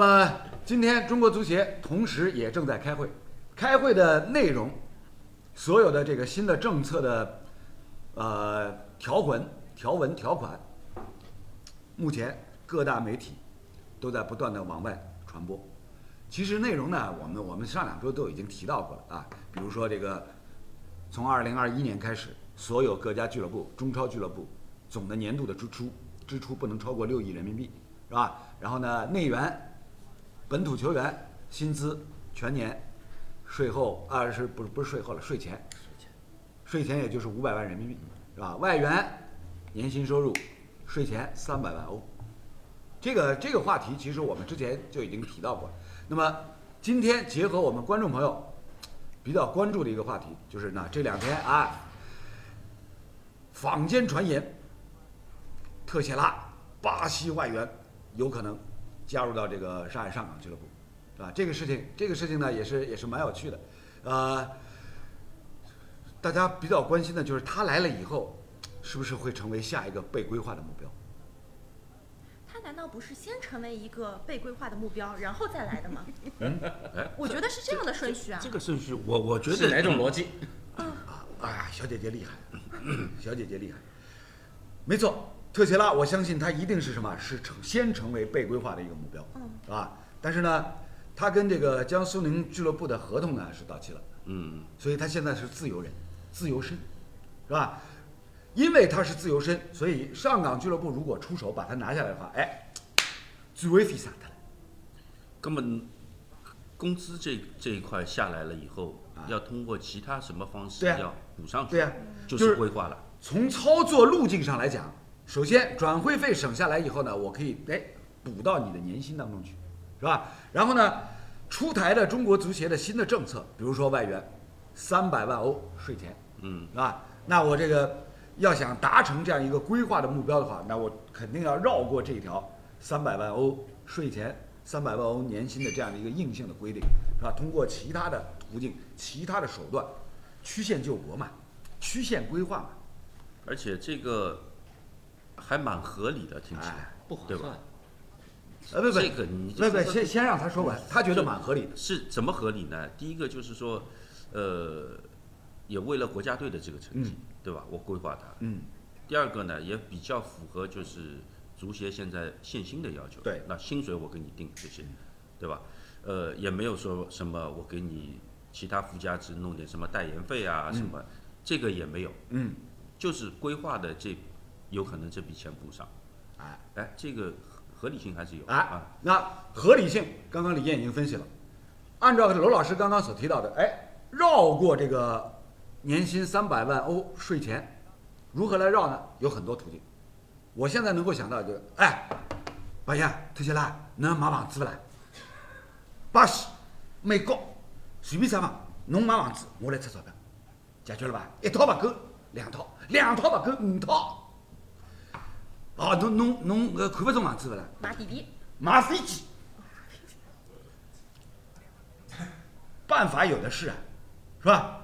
呃，今天中国足协同时也正在开会，开会的内容，所有的这个新的政策的呃条文、条文、条款，目前各大媒体都在不断的往外传播。其实内容呢，我们我们上两周都已经提到过了啊，比如说这个，从二零二一年开始，所有各家俱乐部、中超俱乐部总的年度的支出支出不能超过六亿人民币，是吧？然后呢，内援、本土球员薪资全年税后啊是不是不是税后了，税前，税前也就是五百万人民币，是吧？外援年薪收入税前三百万欧，这个这个话题其实我们之前就已经提到过了。那么今天结合我们观众朋友比较关注的一个话题，就是呢这两天啊，坊间传言，特谢拉巴西外援有可能加入到这个上海上港俱乐部，是吧？这个事情，这个事情呢也是也是蛮有趣的，呃，大家比较关心的就是他来了以后，是不是会成为下一个被规划的目标？他难道不是先成为一个被规划的目标，然后再来的吗？我觉得是这样的顺序啊。这个顺序，我我觉是哪得种逻辑？啊，哎，小姐姐厉害， 小姐姐厉害，没错，特谢拉，我相信他一定是什么，是成先成为被规划的一个目标，嗯，啊，但是呢，他跟这个江苏宁俱乐部的合同呢是到期了，嗯，所以他现在是自由人，自由身，是吧？因为他是自由身，所以上港俱乐部如果出手把他拿下来的话，哎，最为非常的了。根本工资这这一块下来了以后，要通过其他什么方式啊对啊要补上去？对呀就就是是规划了。从操作路径上来讲，首先转会费省下来以后呢，我可以哎补到你的年薪当中去，是吧？然后呢，出台了中国足协的新的政策，比如说外援，三百万欧税前，嗯，是吧？那我这个要想达成这样一个规划的目标的话，那我肯定要绕过这条三百万欧税前三百万欧年薪的这样的一个硬性的规定，是吧？通过其他的途径、其他的手段，曲线救国嘛，曲线规划嘛，而且这个还蛮合理的，听起来哎不划对吧算，呃，不不，这个你不不，就是先先让他说完，他觉得蛮合理的。是怎么合理呢？第一个就是说，呃，也为了国家队的这个成绩，对吧？我规划它。嗯，第二个呢，也比较符合就是足协现在限薪的要求。对那薪水我给你定这些，对吧？呃，也没有说什么我给你其他附加值弄点什么代言费啊什么，这个也没有，嗯，就是规划的这有可能这笔钱补上。哎哎，这个合合理性还是有啊哎，那合理性，刚刚李健已经分析了，按照娄老师刚刚所提到的，哎，绕过这个年薪三百万欧税前，如何来绕呢？有很多途径。我现在能够想到就是，哎，白燕、特谢拉，能买房子不啦？巴西、美国，随便啥房，侬买房子，我来出钞票，解决了吧？一套不够，两套，两套不够，五套。哦，侬侬侬呃看不中房子不啦？马弟弟，马飞机，办法有的是啊，是吧？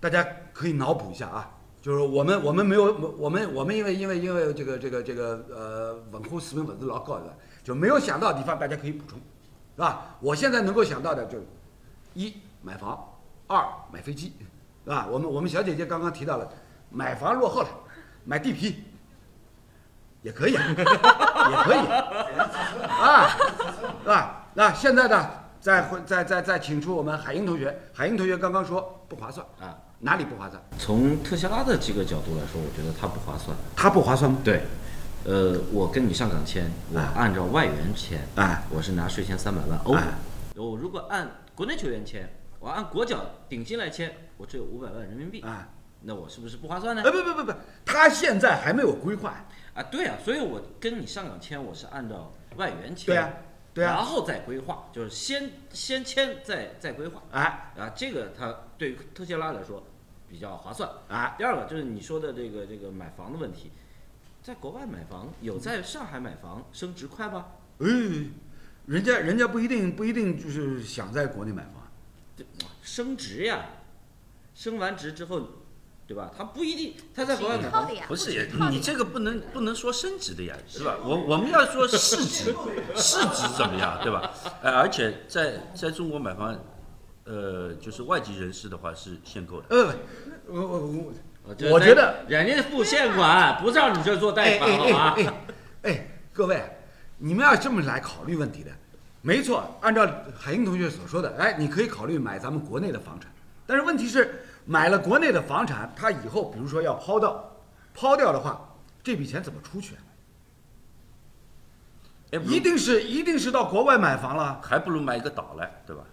大家可以脑补一下啊，就是我们我们没有我们我们因为因为因为这个这个这个呃文化水平不是老高是吧？就没有想到的地方，大家可以补充，是吧？我现在能够想到的就是一买房，二买飞机，是吧？我们我们小姐姐刚刚提到了，买房落后了，买地皮也可以啊，也可以啊，是吧？那现在呢，再回再再再请出我们海英同学，海英同学刚刚说不划算啊，哪里不划算？从特谢拉的这个角度来说，我觉得它不划算。他不划算吗？对，呃，我跟你上港签，我哎按照外援签，哎，我是拿税前三百万欧哎。我如果按国内球员签，我按国脚顶薪来签，我只有五百万人民币。哎，那我是不是不划算呢哎？不不不不，他现在还没有规划。啊，对啊，所以我跟你上港签，我是按照外援签，对啊对啊然后再规划，就是先先签再再规划哎啊，这个它对于特谢拉来说比较划算。哎，第二个就是你说的这个这个买房的问题，在国外买房有在上海买房升值快吗？哎，人家人家不一定不一定就是想在国内买房。升值呀，升完值之后，对吧？他不一定，他在国外买靠房的，呀，不是也嗯靠，的你呀这个不能不能说升值的呀，是吧？我我们要说市值，市值怎么样，对吧？呃，而且在在中国买房，呃，就是外籍人士的话是限购的。呃，我我我呃就是我在觉得人家付现款，不让你这做哎贷款，好吧？哎哎哎哎，各位，你们要这么来考虑问题的，没错，按照海英同学所说的，哎，你可以考虑买咱们国内的房产，但是问题是，买了国内的房产，他以后比如说要抛掉，抛掉的话，这笔钱怎么出去啊？哎，呃不如一定是一定是到国外买房了。还不如买一个岛来，对吧？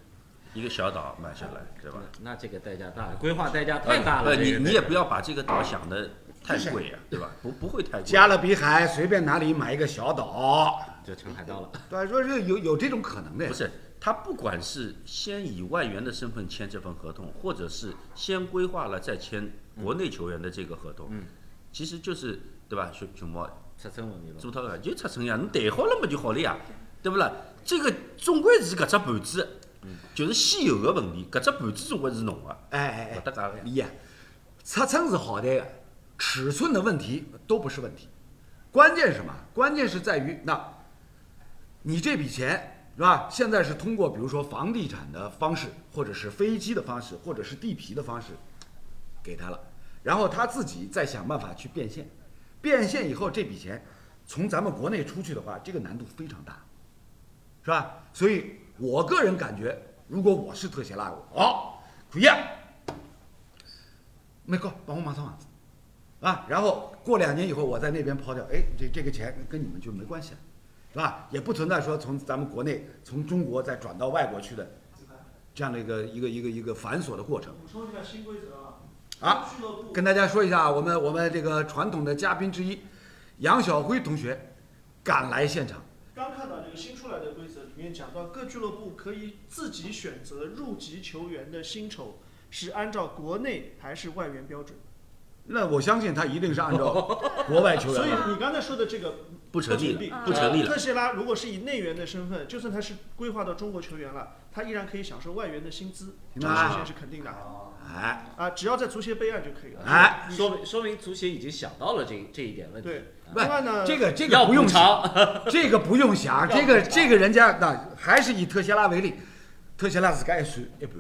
一个小岛买下来，对吧？那这个代价大，规划代价太大呃了。这你个你也不要把这个岛想的太贵呀、对吧？不不会太贵。加勒比海随便哪里买一个小岛，就成海盗了。对，说是有有这种可能的呀不。是，他不管是先以外援的身份签这份合同，或者是先规划了再签国内球员的这个合同，嗯其实就是对吧？熊熊猫出生问题了。做到了就出成呀，你谈好了么就好了呀，对不啦？这个总归是搿只盘子，嗯就是先有个问题，搿只盘子总归是侬的，哎哎勿哎，搭界个呀。李爷，尺寸是好的，尺寸的问题都不是问题，关键是什么？关键是在于那，你这笔钱是吧？现在是通过比如说房地产的方式，或者是飞机的方式，或者是地皮的方式，给他了，然后他自己再想办法去变现，变现以后这笔钱从咱们国内出去的话，这个难度非常大，是吧？所以我个人感觉，如果我是特谢拉，我好，可以啊。没够，帮我马上房子，啊，然后过两年以后我在那边抛掉，哎，这这个钱跟你们就没关系了，是吧？也不存在说从咱们国内从中国再转到外国去的这样的一个一个一个一个繁琐的过程。补充一下新规则啊，啊俱乐部跟大家说一下啊，我们我们这个传统的嘉宾之一杨晓辉同学赶来现场，刚看到这个新出来的规则里面讲到，各俱乐部可以自己选择入籍球员的薪酬是按照国内还是外援标准，那我相信他一定是按照国外球所以员的。你刚才说的这个不成立立了，不成立了特。谢拉如果是以内援的身份，就算他是规划到中国球员了，他依然可以享受外援的薪资，这个事情是肯定的哎啊，只要在足协备案就可以了。哎，说明说明足协已经想到了这这一点问题。对，啊不另外呢，这个这要个不补用想，偿， 这个不用想，这个这个人家那还是以特谢拉为例，特谢拉自家一算一盘，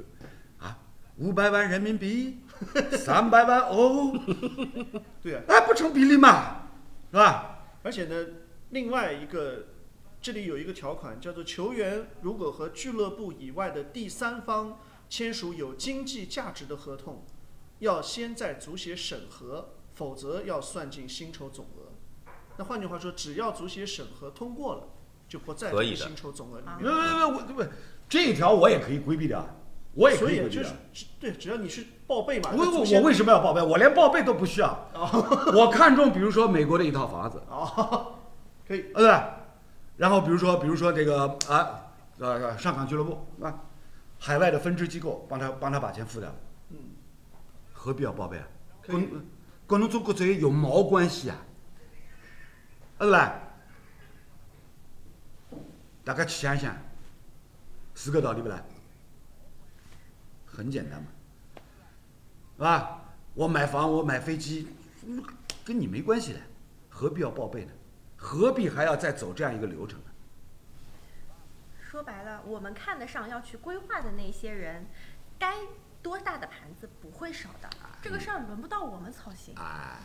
啊，五百万人民 币，三百万欧，对啊，哎，不成比例嘛，是吧？而且呢，另外一个，这里有一个条款叫做，球员如果和俱乐部以外的第三方签署有经济价值的合同，要先在足协审核，否则要算进薪酬总额。那换句话说，只要足协审核通过了，就不在这可以个的薪酬总额里啊不面。不不，我不这一条我也可以规避掉，我也所可以规以避就掉是。只对，只要你去报备嘛。我那我足我协为什么要报备？我连报备都不需要。我看中比如说美国的一套房子，哦， 可以。呃，对然后比如说比如说这个啊呃上港俱乐部啊，海外的分支机构帮他帮他把钱付掉，嗯，何必要报备啊？可以跟跟侬中国职业有毛关系啊？呃，对吧？大家去想想，是个道理不啦？很简单嘛，是吧？我买房，我买飞机，跟你没关系的，何必要报备呢？何必还要再走这样一个流程呢？说白了，我们看得上要去规划的那些人，该多大的盘子不会少的。这个事儿轮不到我们操心。哎，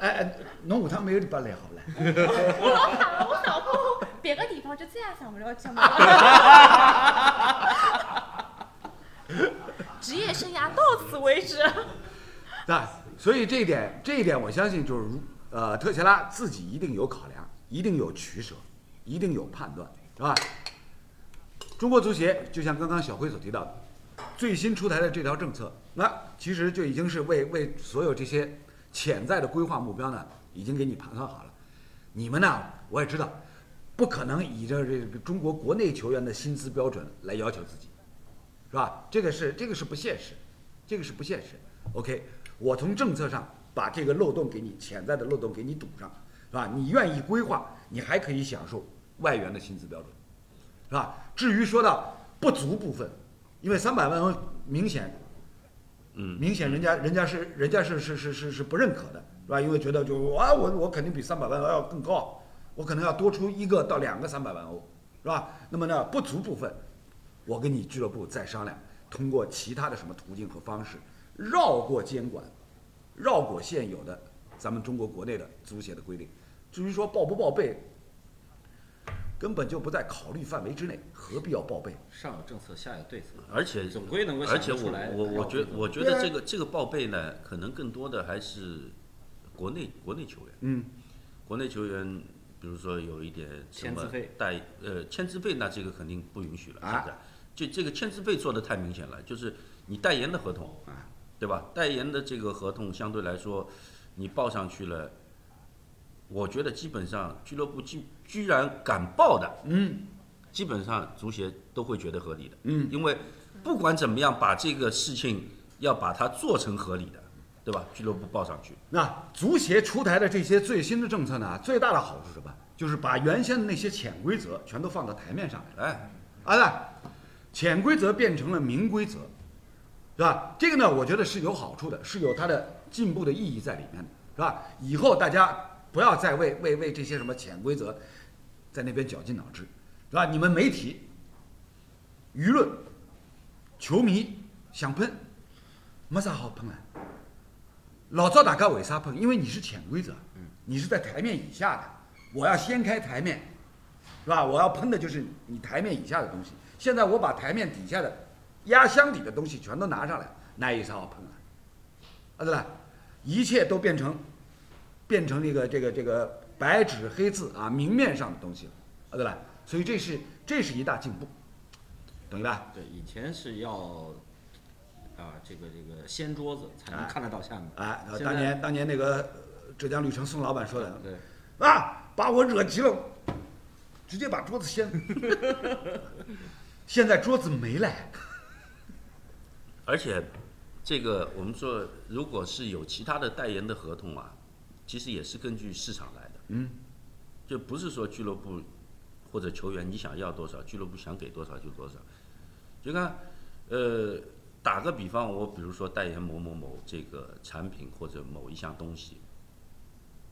哎哎，侬下趟每个礼拜来好不啦？我老惨了，我老婆别个地方就这样想不了 怎么了。职业生涯到此为止。那所以这一点，这一点我相信就是如呃，特谢拉自己一定有考量，一定有取舍，一定有判断，是吧？中国足协就像刚刚小辉所提到的，最新出台的这条政策，那其实就已经是为为所有这些潜在的规划目标呢，已经给你盘算好了。你们呢，我也知道，不可能以这这个中国国内球员的薪资标准来要求自己，是吧？这个是这个是不现实，这个是不现实。OK，我从政策上把这个漏洞给你潜在的漏洞给你堵上，是吧？你愿意规划，你还可以享受外援的薪资标准，是吧？至于说到不足部分，因为三百万欧明显嗯明显人家人家是人家是是是是是不认可的，是吧？因为觉得就啊，我我肯定比三百万欧要更高，我可能要多出一个到两个三百万欧，是吧？那么呢，不足部分，我跟你俱乐部再商量，通过其他的什么途径和方式，绕过监管，绕过现有的咱们中国国内的足协的规定。至于说报不报备，根本就不在考虑范围之内，何必要报备？上有政策，下有对策，而且总归能够而想且得我出来。我我觉我觉对得啊这个这个报备呢，可能更多的还是国内国内球员，嗯，国内球员，比如说有一点什签字么费代呃签字费，那这个肯定不允许了，啊现在就这个签字费做的太明显了，就是你代言的合同，对吧？代言的这个合同相对来说，你报上去了，我觉得基本上俱乐部居居然敢报的，嗯基本上足协都会觉得合理的，嗯，因为不管怎么样，把这个事情要把它做成合理的，对吧？俱乐部报上去，那足协出台的这些最新的政策呢，最大的好处是什么？就是把原先的那些潜规则全都放到台面上来了。哎，啊，对，潜规则变成了明规则，是吧？这个呢，我觉得是有好处的，是有它的进步的意义在里面的，是吧？以后大家不要再为为为这些什么潜规则在那边绞尽脑汁，是吧？你们媒体、舆论、球迷想喷，没啥好喷的。啊老早大家为啥喷？因为你是潜规则，你是在台面以下的，我要掀开台面，是吧？我要喷的就是你台面以下的东西。现在我把台面底下的压箱底的东西全都拿上来，那有啥好喷啊？啊，对了，一切都变成变成那个这个这个白纸黑字啊，明面上的东西了，啊，对了，所以这是这是一大进步，懂了吧？对，以前是要啊，这个这个掀桌子才能哎看得到下面。哎，呃现在当年当年那个呃浙江绿城宋老板说的，对，啊，把我惹急了，直接把桌子掀。 现在桌子没来，而且这个我们说，如果是有其他的代言的合同啊，其实也是根据市场来的，嗯，就不是说俱乐部或者球员你想要多少，俱乐部想给多少就多少。就看，呃，打个比方，我比如说代言某某某这个产品或者某一项东西，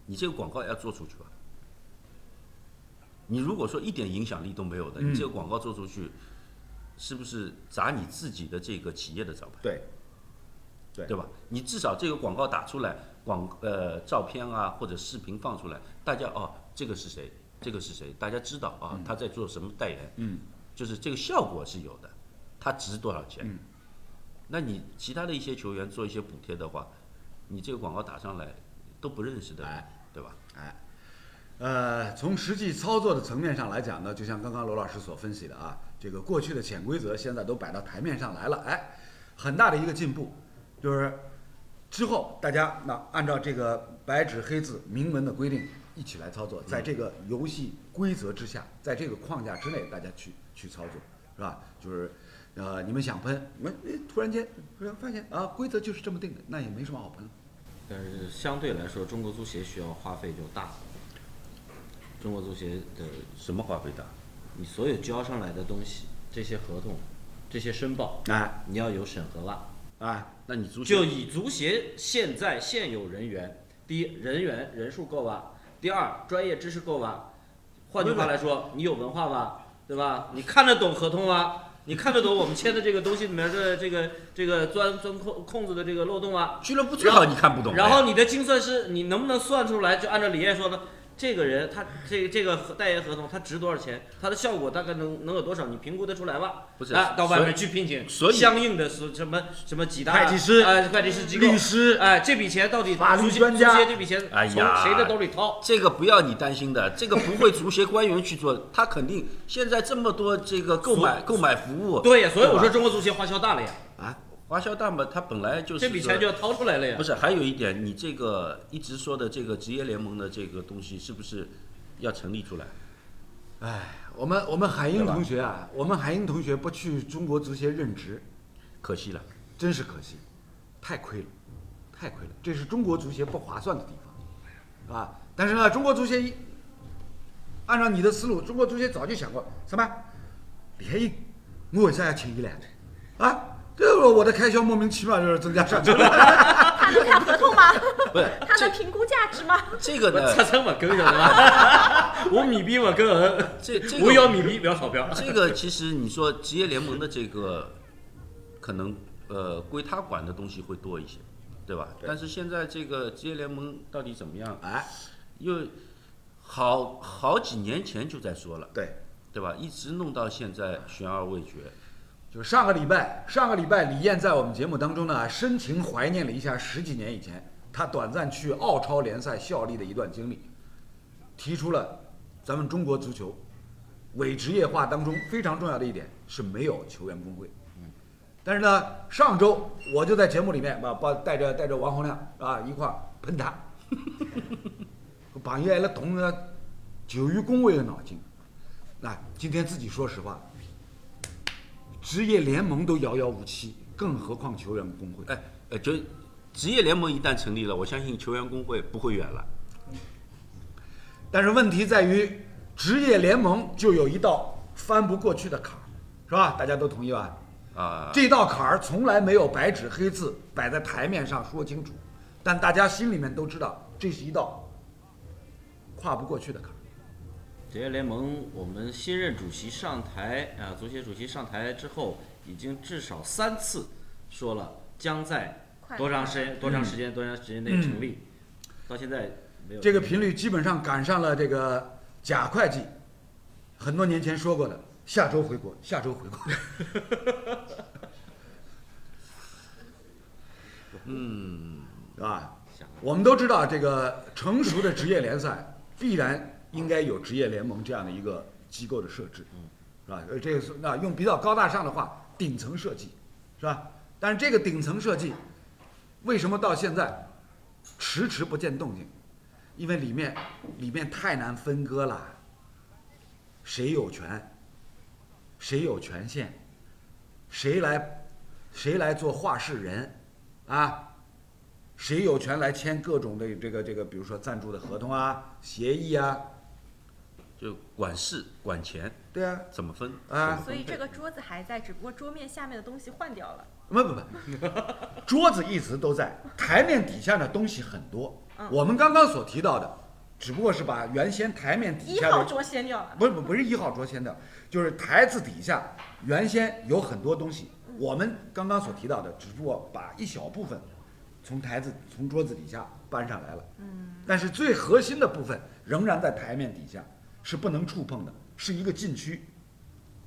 你这个广告要做出去吧。你如果说一点影响力都没有的，嗯你这个广告做出去，是不是砸你自己的这个企业的招牌？对，对对吧？你至少这个广告打出来，广呃照片啊或者视频放出来，大家哦这个是谁，这个是谁，大家知道啊、他在做什么代言，嗯，就是这个效果是有的，他值多少钱？嗯那你其他的一些球员做一些补贴的话，你这个广告打上来都不认识的人，对吧？呃，从实际操作的层面上来讲呢，就像刚刚罗老师所分析的啊，这个过去的潜规则现在都摆到台面上来了，哎，很大的一个进步，就是之后大家那按照这个白纸黑字明文的规定一起来操作，在这个游戏规则之下，在这个框架之内，大家去去操作，是吧？就是。呃，你们想喷，你们哎突然间突然发现啊，规则就是这么定的，那也没什么好喷的。但是相对来说，中国足协需要花费就大了。中国足协的什么花费大？你所有交上来的东西，这些合同，这些申报，哎你要有审核吧？哎，那你足就协以足协现在现有人员，第一，人员人数够吧；第二，专业知识够吧。换句话来说，你有文化吧，对吧？你看得懂合同吗？你看得懂我们签的这个东西里面的这个这个钻钻空空子的这个漏洞吗？俱乐部最好你看不懂呗，然后你的精算师，你能不能算出来？就按照李艳说的，这个人他这这个合代言合同他值多少钱？他的效果大概能能有多少？你评估得出来吧？不是啊，到外所以面去聘请所以相应的什什么什么几大会计师啊、会计师机构、律师哎、这笔钱到底法律足协专家足协这笔钱哎从呀谁的兜里掏？这个不要你担心的，这个不会足协官员去做， 他肯定现在这么多这个购买购买服务，对呀，所以我吧说中国足协花销大了呀，啊，华侨大嘛，他本来就是这笔钱就说要掏出来了呀不。是，还有一点，你这个一直说的这个职业联盟的这个东西，是不是要成立出来？哎，我们我们海英对吧同学啊，我们海英同学不去中国足协任职，可惜了，真是可惜，太亏了，太亏了，这是中国足协不划算的地方，啊！但是呢，中国足协一按照你的思路，中国足协早就想过什么联姻，我为啥要请伊来？啊，这个我的开销莫名其妙就是增加上去了。他能看合同吗？不是他能评估价值吗？这个我呢，擦蹭嘛，跟人嘛， 我米币嘛，跟人，这这我个要米币，不要钞票。 这个其实你说职业联盟的这个，可能呃归他管的东西会多一些，对吧？但是现在这个职业联盟到底怎么样？哎，又好好几年前就在说了，对， 对吧？一直弄到现在悬而未决。就是上个礼拜，上个礼拜李艳在我们节目当中呢，深情怀念了一下十几年以前她短暂去澳超联赛效力的一段经历，提出了咱们中国足球伪职业化当中非常重要的一点是没有球员工会。但是呢，上周我就在节目里面把把带着带着王洪亮啊一块儿喷他， 榜爷来了动了九于工会的脑筋。那今天自己说实话，职业联盟都遥遥无期，更何况球员工会？哎，呃，就职业联盟一旦成立了，我相信球员工会不会远了。但是问题在于，职业联盟就有一道翻不过去的坎儿，是吧？大家都同意吧？啊、这道坎儿从来没有白纸黑字摆在台面上说清楚，但大家心里面都知道，这是一道跨不过去的坎儿。职业联盟，我们新任主席上台啊，足协主席上台之后，已经至少三次说了，将在快多长时间、多嗯长时间、多长时间内成立，到现在没有这个频率基本上赶上了这个贾会计很多年前说过的，下周回国，下周回 国。嗯，啊，我们都知道，这个成熟的职业联赛必然应该有职业联盟这样的一个机构的设置，嗯是吧？呃，这个是那用比较高大上的话，顶层设计，是吧？但是这个顶层设计为什么到现在迟迟不见动静？因为里面里面太难分割了，谁有权，谁有权限，谁来谁来做话事人，啊，谁有权来签各种的这个这个，比如说赞助的合同啊、协议啊，就管事管钱对啊，怎么分？啊所以这个桌子还在，只不过桌面下面的东西换掉了。不不不，桌子一直都在，台面底下的东西很多嗯。我们刚刚所提到的，只不过是把原先台面底一下号的桌掀掉了，不是不不是一号桌先的，就是台子底下原先有很多东西，我们刚刚所提到的，只不过把一小部分从台子从桌子底下搬上来了，嗯，但是最核心的部分仍然在台面底下，是不能触碰的，是一个禁区，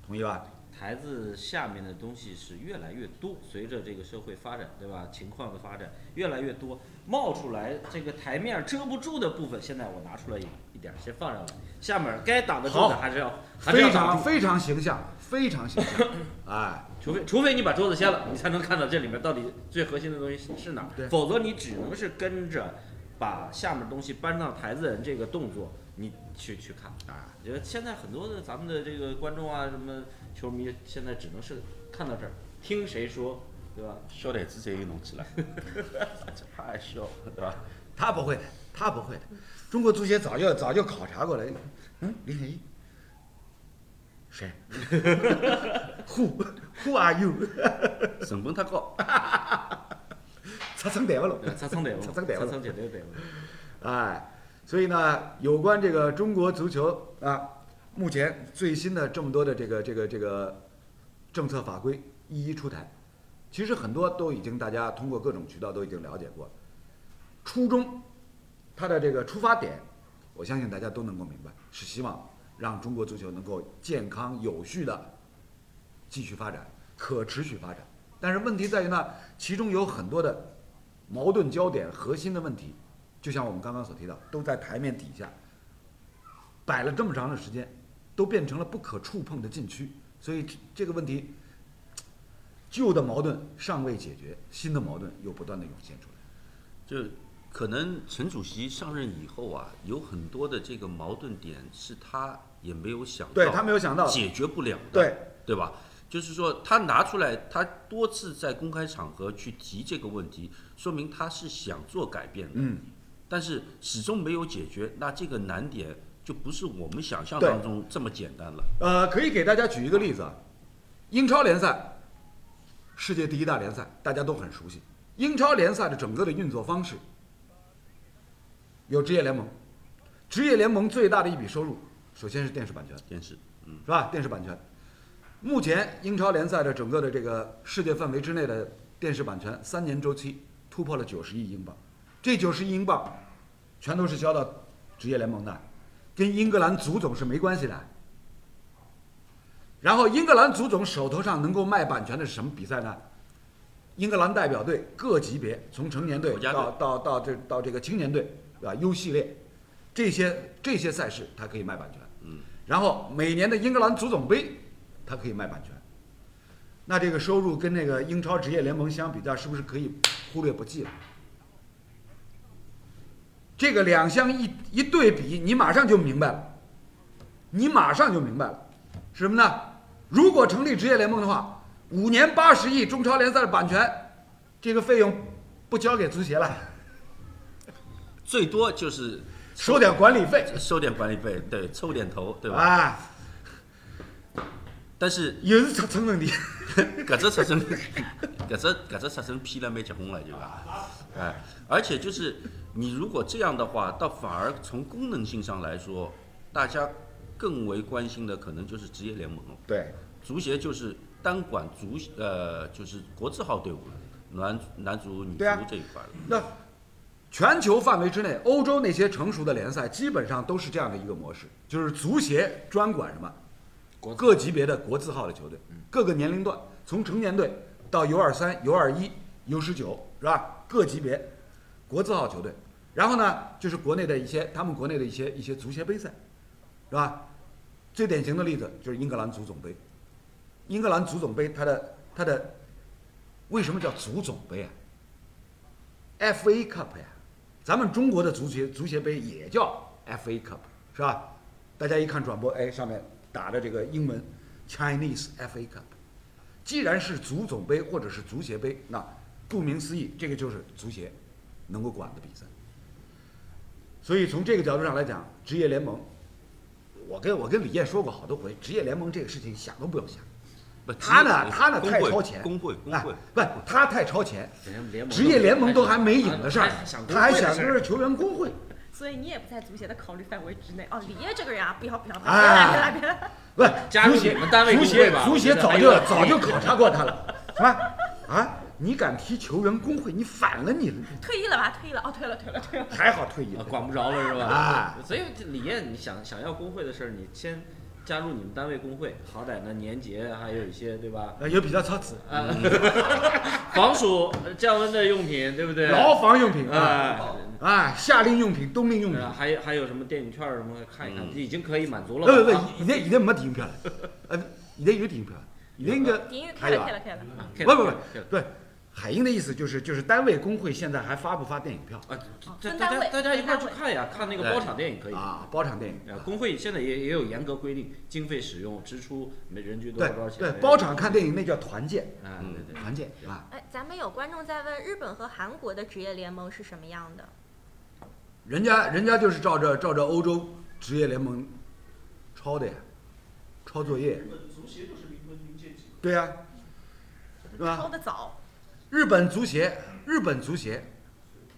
同意吧？台子下面的东西是越来越多，随着这个社会发展，对吧？情况的发展越来越多，冒出来这个台面儿遮不住的部分，现在我拿出来一一点儿，先放上来，下面儿该挡得住好的还是要还是要非挡常住，非常形象，非常形 象，哎，除非除非你把桌子掀了，你才能看到这里面到底最核心的东西是是哪对儿，否则你只能是跟着把下面儿东西搬上台子的人这个动作，你去去看。啊，我觉得现在很多的咱们的这个观众啊，什么球迷，现在只能是看到这儿，听谁说，对吧？小台子侪有侬 起来，这太小，对吧？他不会的，他不会的，中国足协早就早就考察过了，嗯，林选一，谁 ？Who Who are you？ 成本太高。擦成台不咯？擦蹭得了， 擦蹭得了擦蹭绝对 得了。哎，所以呢，有关这个中国足球啊，目前最新的这么多的这个这个这个政策法规一一出台，其实很多都已经大家通过各种渠道都已经了解过了。初衷，它的这个出发点，我相信大家都能够明白，是希望让中国足球能够健康有序的继续发展，可持续发展。但是问题在于呢，其中有很多的矛盾焦点、核心的问题，就像我们刚刚所提到，都在台面底下摆了这么长的时间，都变成了不可触碰的禁区。所以这这个问题，旧的矛盾尚未解决，新的矛盾又不断的涌现出来。就可能陈主席上任以后啊，有很多的这个矛盾点是他也没有想到，对他没有想到，解决不了的，对对吧？就是说，他拿出来，他多次在公开场合去提这个问题，说明他是想做改变的，嗯，但是始终没有解决。那这个难点就不是我们想象对当中这么简单了。呃，可以给大家举一个例子啊，英超联赛世界第一大联赛，大家都很熟悉。英超联赛的整个的运作方式，有职业联盟，职业联盟最大的一笔收入，首先是电视版权，电视，嗯，是吧？电视版权，目前英超联赛的整个的这个世界范围之内的电视版权，三年周期突破了九十亿英镑，这九十亿英镑全都是交到职业联盟的，跟英格兰足总是没关系的。然后英格兰足总手头上能够卖版权的是什么比赛呢？英格兰代表队各级别，从成年队国家队到到到这到这个青年队，对吧？U 系列，这些这些赛事它可以卖版权。嗯。然后每年的英格兰足总杯，它可以卖版权。那这个收入跟那个英超职业联盟相比较，是不是可以忽略不计了？这个两相一一对比，你马上就明白了，你马上就明白了，是什么呢？如果成立职业联盟的话，五年八十亿中超联赛的版权，这个费用不交给足协了，最多就是收点管理费，收点管理费，对，凑点头，对吧？啊，但是也是蹭蹭蹭的。 搿只出生，搿只搿只出生批了蛮结棍了，就啊，哎，而且就是你如果这样的话，倒反而从功能性上来说，大家更为关心的可能就是职业联盟了。对，足协就是单管足呃，就是国字号队伍了，男男足、女足对啊这一块了。那全球范围之内，欧洲那些成熟的联赛基本上都是这样的一个模式，就是足协专管什么国各级别的国字号的球队，各个年龄段，从成年队到 U 二三、U 二一、U 十九，是吧？各级别国字号球队，然后呢，就是国内的一些他们国内的一些一些足协杯赛，是吧？最典型的例子就是英格兰足总杯，英格兰足总杯它的它的为什么叫足总杯啊？FA Cup 呀，咱们中国的足协足协杯也叫 FA Cup 是吧？大家一看转播，哎，上面打着这个英文 Chinese FA Cup。既然是足总杯或者是足协杯，那顾名思义，这个就是足协能够管的比赛。所以从这个角度上来讲，职业联盟，我跟我跟李艳说过好多回，职业联盟这个事情想都不要想。不，他职业呢，他呢工太会超前，工会工啊会，不，他太超前。联联盟职业联盟都还没影的事儿还想，他还工会想的事就儿是球员工会。所以你也不在足协的考虑范围之内。哦，李烨这个人啊，不要不要，别哎来别来别来，不是，加入足协你们单位足工协会吧足协我觉得早还就有点早就考察过他了，是吧？啊，你敢提球员工会，你反了你了，退役了吧？退役了，哦，退了退了 退了。还好退役啊了，管不着了是吧？啊所以这李艳，你想想要工会的事儿，你先加入你们单位工会，好歹呢年节还有一些对吧？呃也比较操持。啊，防暑呃降温的用品，对不对？牢房用品啊啊，啊，夏令用品、冬令用品，啊，还有还有什么电影券儿什么的，看一看，嗯已经可以满足了不吧。呃不不啊，现在现在没电影票了，呃，现在有电影票了，现在应该体育还开有了啊开。了开了，可以不了不不可以了可以了，对，海英的意思就是就是单位工会现在还发不发电影票啊，这这分大单家位大家一块儿去分单位看呀，看那个包场电影可以。啊？包场电影啊，工会现在也也有严格规定，经费使用、支出每人均多对少多少钱。对，包场看电影那叫团建，啊，嗯对对。团建啊，哎，咱们有观众在问，日本和韩国的职业联盟是什么样的？人家人家就是照着照着欧洲职业联盟抄的呀，抄作业呀日。本足协就是明文明鉴机构，啊对呀、是吧抄的早，啊日本足协，日本足协，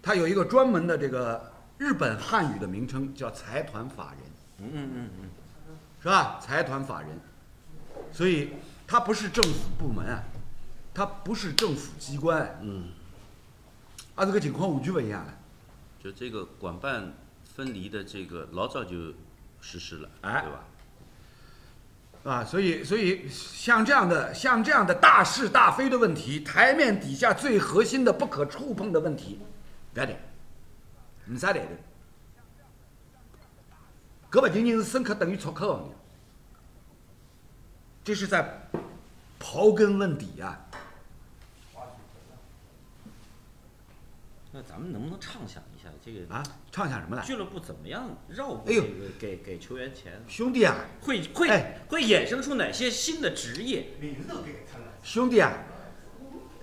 它有一个专门的这个日本汉语的名称叫财团法人，嗯嗯嗯嗯，是吧？财团法人，所以它不是政府部门啊，它不是政府机关啊，嗯，啊这个情况完全不一样了。就这个管办分离的这个老早就实施了，哎对吧？啊，所以所以像这样的像这样的大是大非的问题，台面底下最核心的不可触碰的问题，不要谈，没啥谈的。搿不仅仅是深刻等于错刻问题，这是在刨根问底啊！那咱们能不能畅想一下这个啊，畅想什么呢？俱乐部怎么样绕过哎这呦个给给球员钱？兄弟啊，会会、哎会衍生出哪些新的职业？名字都给他了。兄弟啊，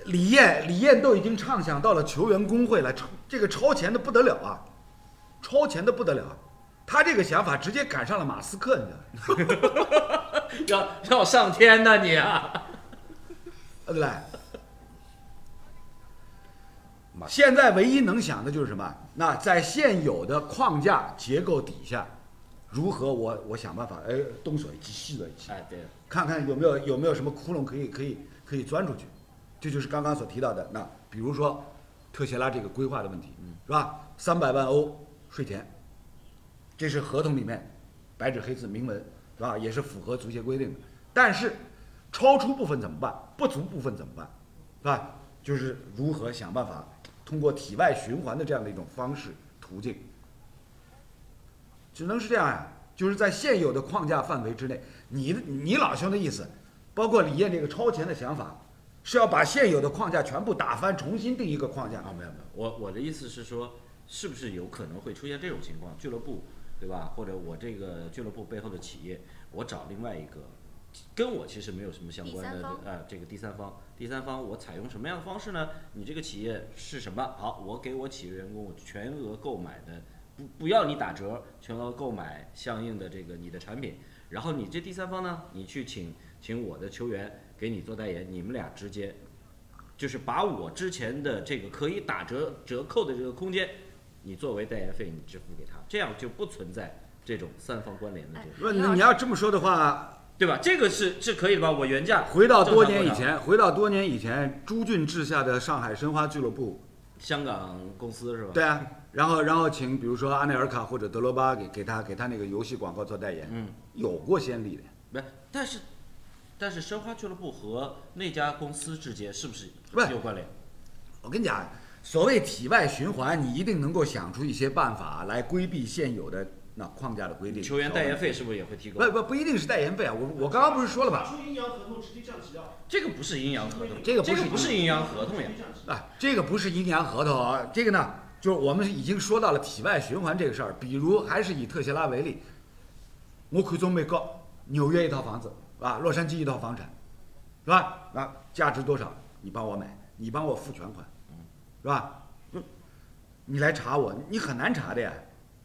李艳李艳都已经畅想到了球员工会了，超这个超前的不得了啊，超前的不得了啊！他这个想法直接赶上了马斯克，你知道吗？要要上天呐你啊！呃对不对？马上现在唯一能想的就是什么？那在现有的框架结构底下，如何我我想办法哎东锁一击西锁一击，哎，对，看看有没有有没有什么窟窿可以可以可以钻出去。这就是刚刚所提到的那，比如说特谢拉这个规划的问题，嗯是吧？三百万欧税前，这是合同里面白纸黑字明文，是吧？也是符合足协规定的。但是超出部分怎么办？不足部分怎么办？是吧？就是如何想办法通过体外循环的这样的一种方式途径，只能是这样呀、就是在现有的框架范围之内。你的你老兄的意思，包括李艳这个超前的想法，是要把现有的框架全部打翻，重新定一个框架。啊，没有没有，我我的意思是说，是不是有可能会出现这种情况？俱乐部对吧？或者我这个俱乐部背后的企业，我找另外一个跟我其实没有什么相关第的三啊方、呃这个第三方，第三方我采用什么样的方式呢？你这个企业是什么？好，我给我企业员工我全额购买的，不不要你打折，全额购买相应的这个你的产品。然后你这第三方呢，你去请请我的球员给你做代言，你们俩直接就是把我之前的这个可以打折折扣的这个空间，你作为代言费你支付给他，这样就不存在这种三方关联的这种，如果你你要这么说的话，对吧？这个是是可以的吧？我原价回到多年以前，回到多年以前，朱俊治下的上海申花俱乐部，香港公司是吧？对啊，然后然后请比如说阿内尔卡或者德罗巴给给他给他那个游戏广告做代言，嗯，有过先例的。不是，但是但是申花俱乐部和那家公司之间是不是不是有关联？我跟你讲，所谓体外循环，你一定能够想出一些办法来规避现有的那框架的规定。球员代言费是不是也会提高不？不不一定是代言费啊，我我刚刚不是说了吗？啊出阴阳合同直接降级啊！这个不是阴阳合同，这个这个不是不是阴阳合同呀。哎啊，这个不是阴阳合同啊，这个呢，就是我们已经说到了体外循环这个事儿。比如还是以特谢拉为例，我看中美国纽约一套房子啊，洛杉矶一套房产，是吧？那价值多少？你帮我买，你帮我付全款，是吧？就你来查我，你很难查的呀。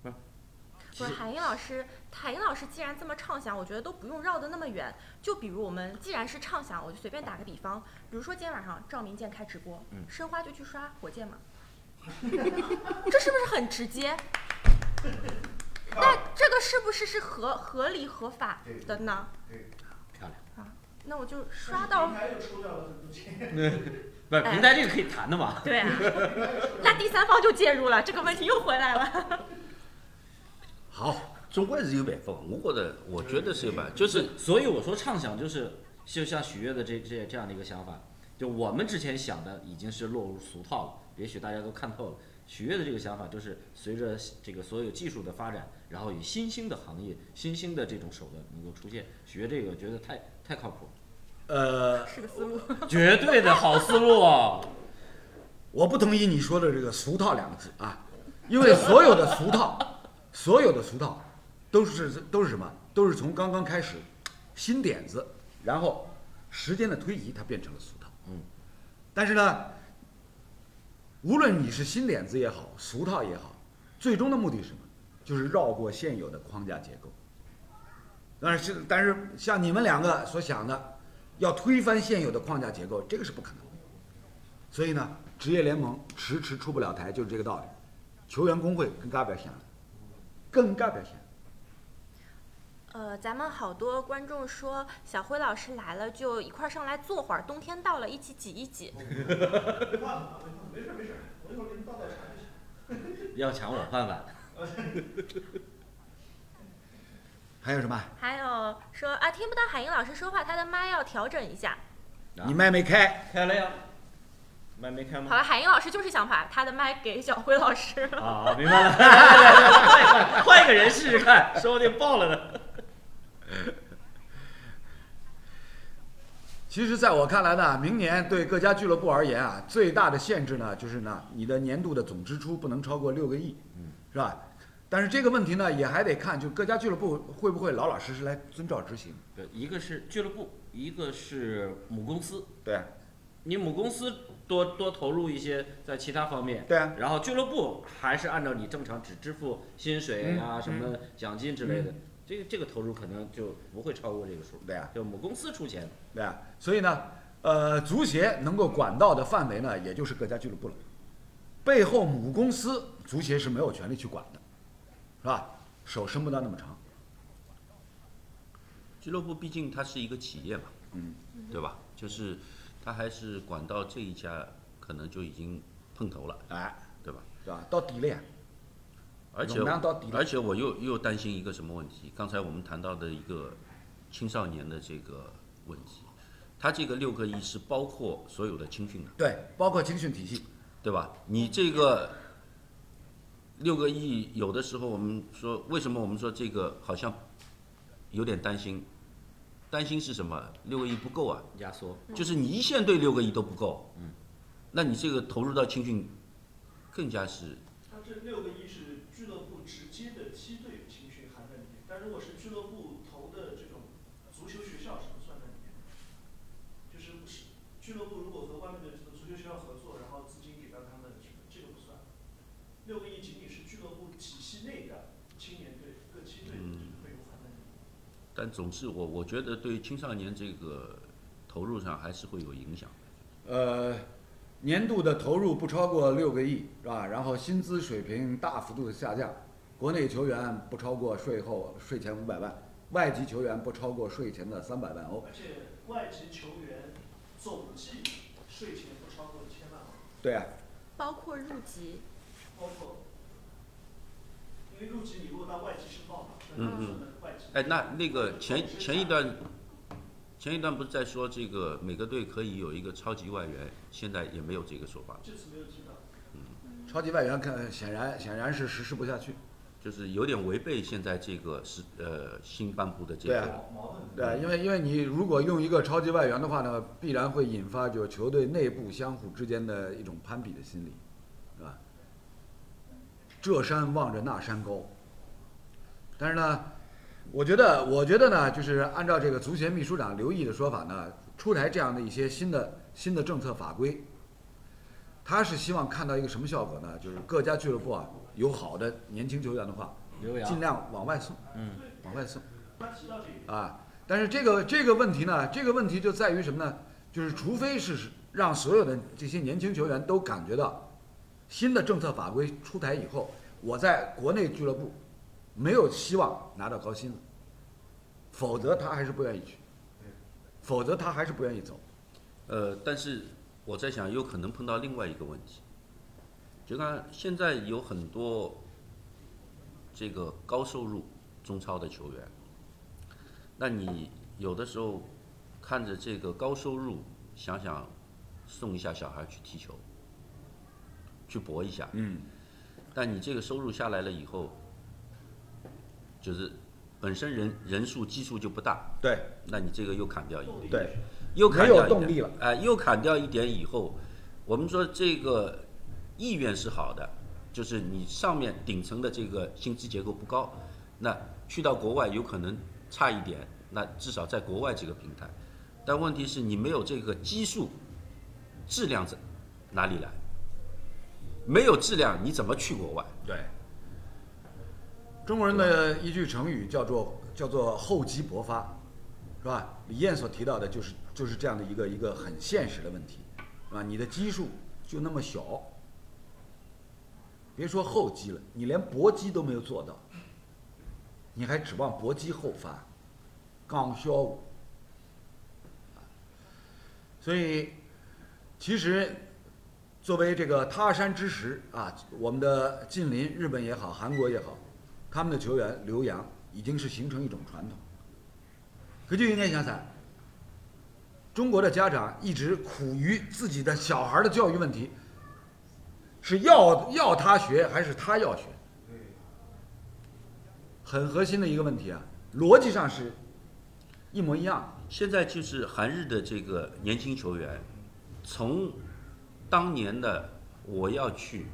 不是海英老师，海英老师既然这么畅想，我觉得都不用绕得那么远。就比如我们既然是畅想，我就随便打个比方，比如说今天晚上赵明剑开直播，嗯申花就去刷火箭嘛， 这是不是很直接？那这个是不是是合合理合法的呢？啊漂亮，那我就刷到平台又抽掉了很多钱，不是哎平台这个可以谈的嘛？对啊，那第三方就介入了，这个问题又回来了。好，总归是有办法。我觉得，我觉得是有办嗯法，就是所以我说畅想就是，就像许悦的这这这样的一个想法，就我们之前想的已经是落入俗套了，也许大家都看透了。许悦的这个想法就是，随着这个所有技术的发展，然后以新兴的行业、新兴的这种手段能够出现，许悦这个觉得太太靠谱，呃，是个思路， 绝对的好思路哦。我不同意你说的这个“俗套”两个字啊，因为所有的俗套， 所有的俗套，都是都是什么？都是从刚刚开始，新点子，然后时间的推移，它变成了俗套。嗯，但是呢，无论你是新点子也好，俗套也好，最终的目的是什么？就是绕过现有的框架结构。但是，但是像你们两个所想的，要推翻现有的框架结构，这个是不可能的。所以呢，职业联盟迟迟出不了台，就是这个道理。球员工会更加不要想了，更加不要想了。呃，咱们好多观众说小辉老师来了，就一块儿上来坐会儿。冬天到了，一起挤一挤。嗯没话筒啊，没事没事，我一会儿给你倒倒茶就行。要抢我饭碗，还有什么？还有说啊，听不到海英老师说话，他的麦要调整一下。啊你麦没开，开了呀？麦没开吗好？了，海英老师就是想把他的麦给小辉老师。啊，明白了， 换换一个人试试看，说不定爆了呢。其实，在我看来呢，明年对各家俱乐部而言啊，最大的限制呢，就是呢，你的年度的总支出不能超过六个亿，是吧？但是这个问题呢，也还得看，就各家俱乐部会不会老老实实来遵照执行。对，一个是俱乐部，一个是母公司。对，你母公司多多投入一些在其他方面，对啊，然后俱乐部还是按照你正常只支付薪嗯水啊、什么奖金之类的，这个这个投入可能就不会超过这个数。对啊，就母公司出钱，对啊。所以呢，呃，足协能够管到的范围呢，也就是各家俱乐部了。背后母公司足协是没有权利去管的，是吧？手伸不到那么长。俱乐部毕竟它是一个企业嘛，嗯，对吧？就是它还是管到这一家，可能就已经碰头了，哎，对吧？对吧？到底了呀，而且容纳到底了而且我又又担心一个什么问题？刚才我们谈到的一个青少年的这个问题，他这个六个亿是包括所有的青训的，对，包括青训体系，对吧？你这个六个亿，有的时候我们说，为什么我们说这个好像有点担心？担心是什么？六个亿不够啊，压缩，就是你一线队六个亿都不够，嗯，那你这个投入到青训，更加是它这六个一是俱乐部直接的梯队青训含在里面，但如果是俱乐部投的这种足球学校是不算在里面的，就是不是俱乐部如果和外面的这个足球学校合作，然后资金给到他们什么，这个不算。六个亿仅仅是俱乐部体系内的青年队各梯队嗯的这个费用含在里面。但总是我我觉得对青少年这个投入上还是会有影响。呃，年度的投入不超过六个亿，是吧？然后薪资水平大幅度的下降，国内球员不超过税后税前五百万，外籍球员不超过税前的三百万欧。而且外籍球员总计税前不超过千万欧，对啊， 包括入籍，包括。因为入籍你如果到外籍申报嘛，嗯那就嗯算在外籍。哎，那那个前前一段，前一段不是在说这个每个队可以有一个超级外援，现在也没有这个说法，这次没有提到。超级外援看显然显然是实施不下去。就是有点违背现在这个是呃新颁布的这对啊个。对，因为因为你如果用一个超级外援的话呢，必然会引发就球队内部相互之间的一种攀比的心理，是吧？这山望着那山高，但是呢，我觉得我觉得呢，就是按照这个足协秘书长刘毅的说法呢，出台这样的一些新的新的政策法规，他是希望看到一个什么效果呢？就是各家俱乐部啊，有好的年轻球员的话，刘尽洋，量往外送，啊嗯，往外送。他提到这一点，啊，但是这个这个问题呢，这个问题就在于什么呢？就是除非是让所有的这些年轻球员都感觉到，新的政策法规出台以后，我在国内俱乐部没有希望拿到高薪了，否则他还是不愿意去，否则他还是不愿意走。呃，但是我在想，有可能碰到另外一个问题，就看现在有很多这个高收入中超的球员，那你有的时候看着这个高收入，想想送一下小孩去踢球，去搏一下，嗯，但你这个收入下来了以后，就是本身人人数基数就不大，对那你这个又砍掉一个。动力对，又砍掉没一有动力点了哎、又砍掉一点以后，我们说这个意愿是好的，就是你上面顶层的这个薪资结构不高，那去到国外有可能差一点，那至少在国外这个平台，但问题是你没有这个基数，质量怎哪里来？没有质量，你怎么去国外？对。中国人的一句成语叫做叫做厚积薄发，是吧？李艳所提到的就是就是这样的一个一个很现实的问题，是吧？你的基数就那么小，别说厚积了，你连薄积都没有做到，你还指望薄积厚发，刚消武。所以，其实作为这个他山之石啊，我们的近邻日本也好，韩国也好，他们的球员留洋已经是形成一种传统。可就应该想想，中国的家长一直苦于自己的小孩的教育问题，是要要他学还是他要学？很核心的一个问题啊，逻辑上是一模一样的。现在就是韩日的这个年轻球员，从当年的我要去，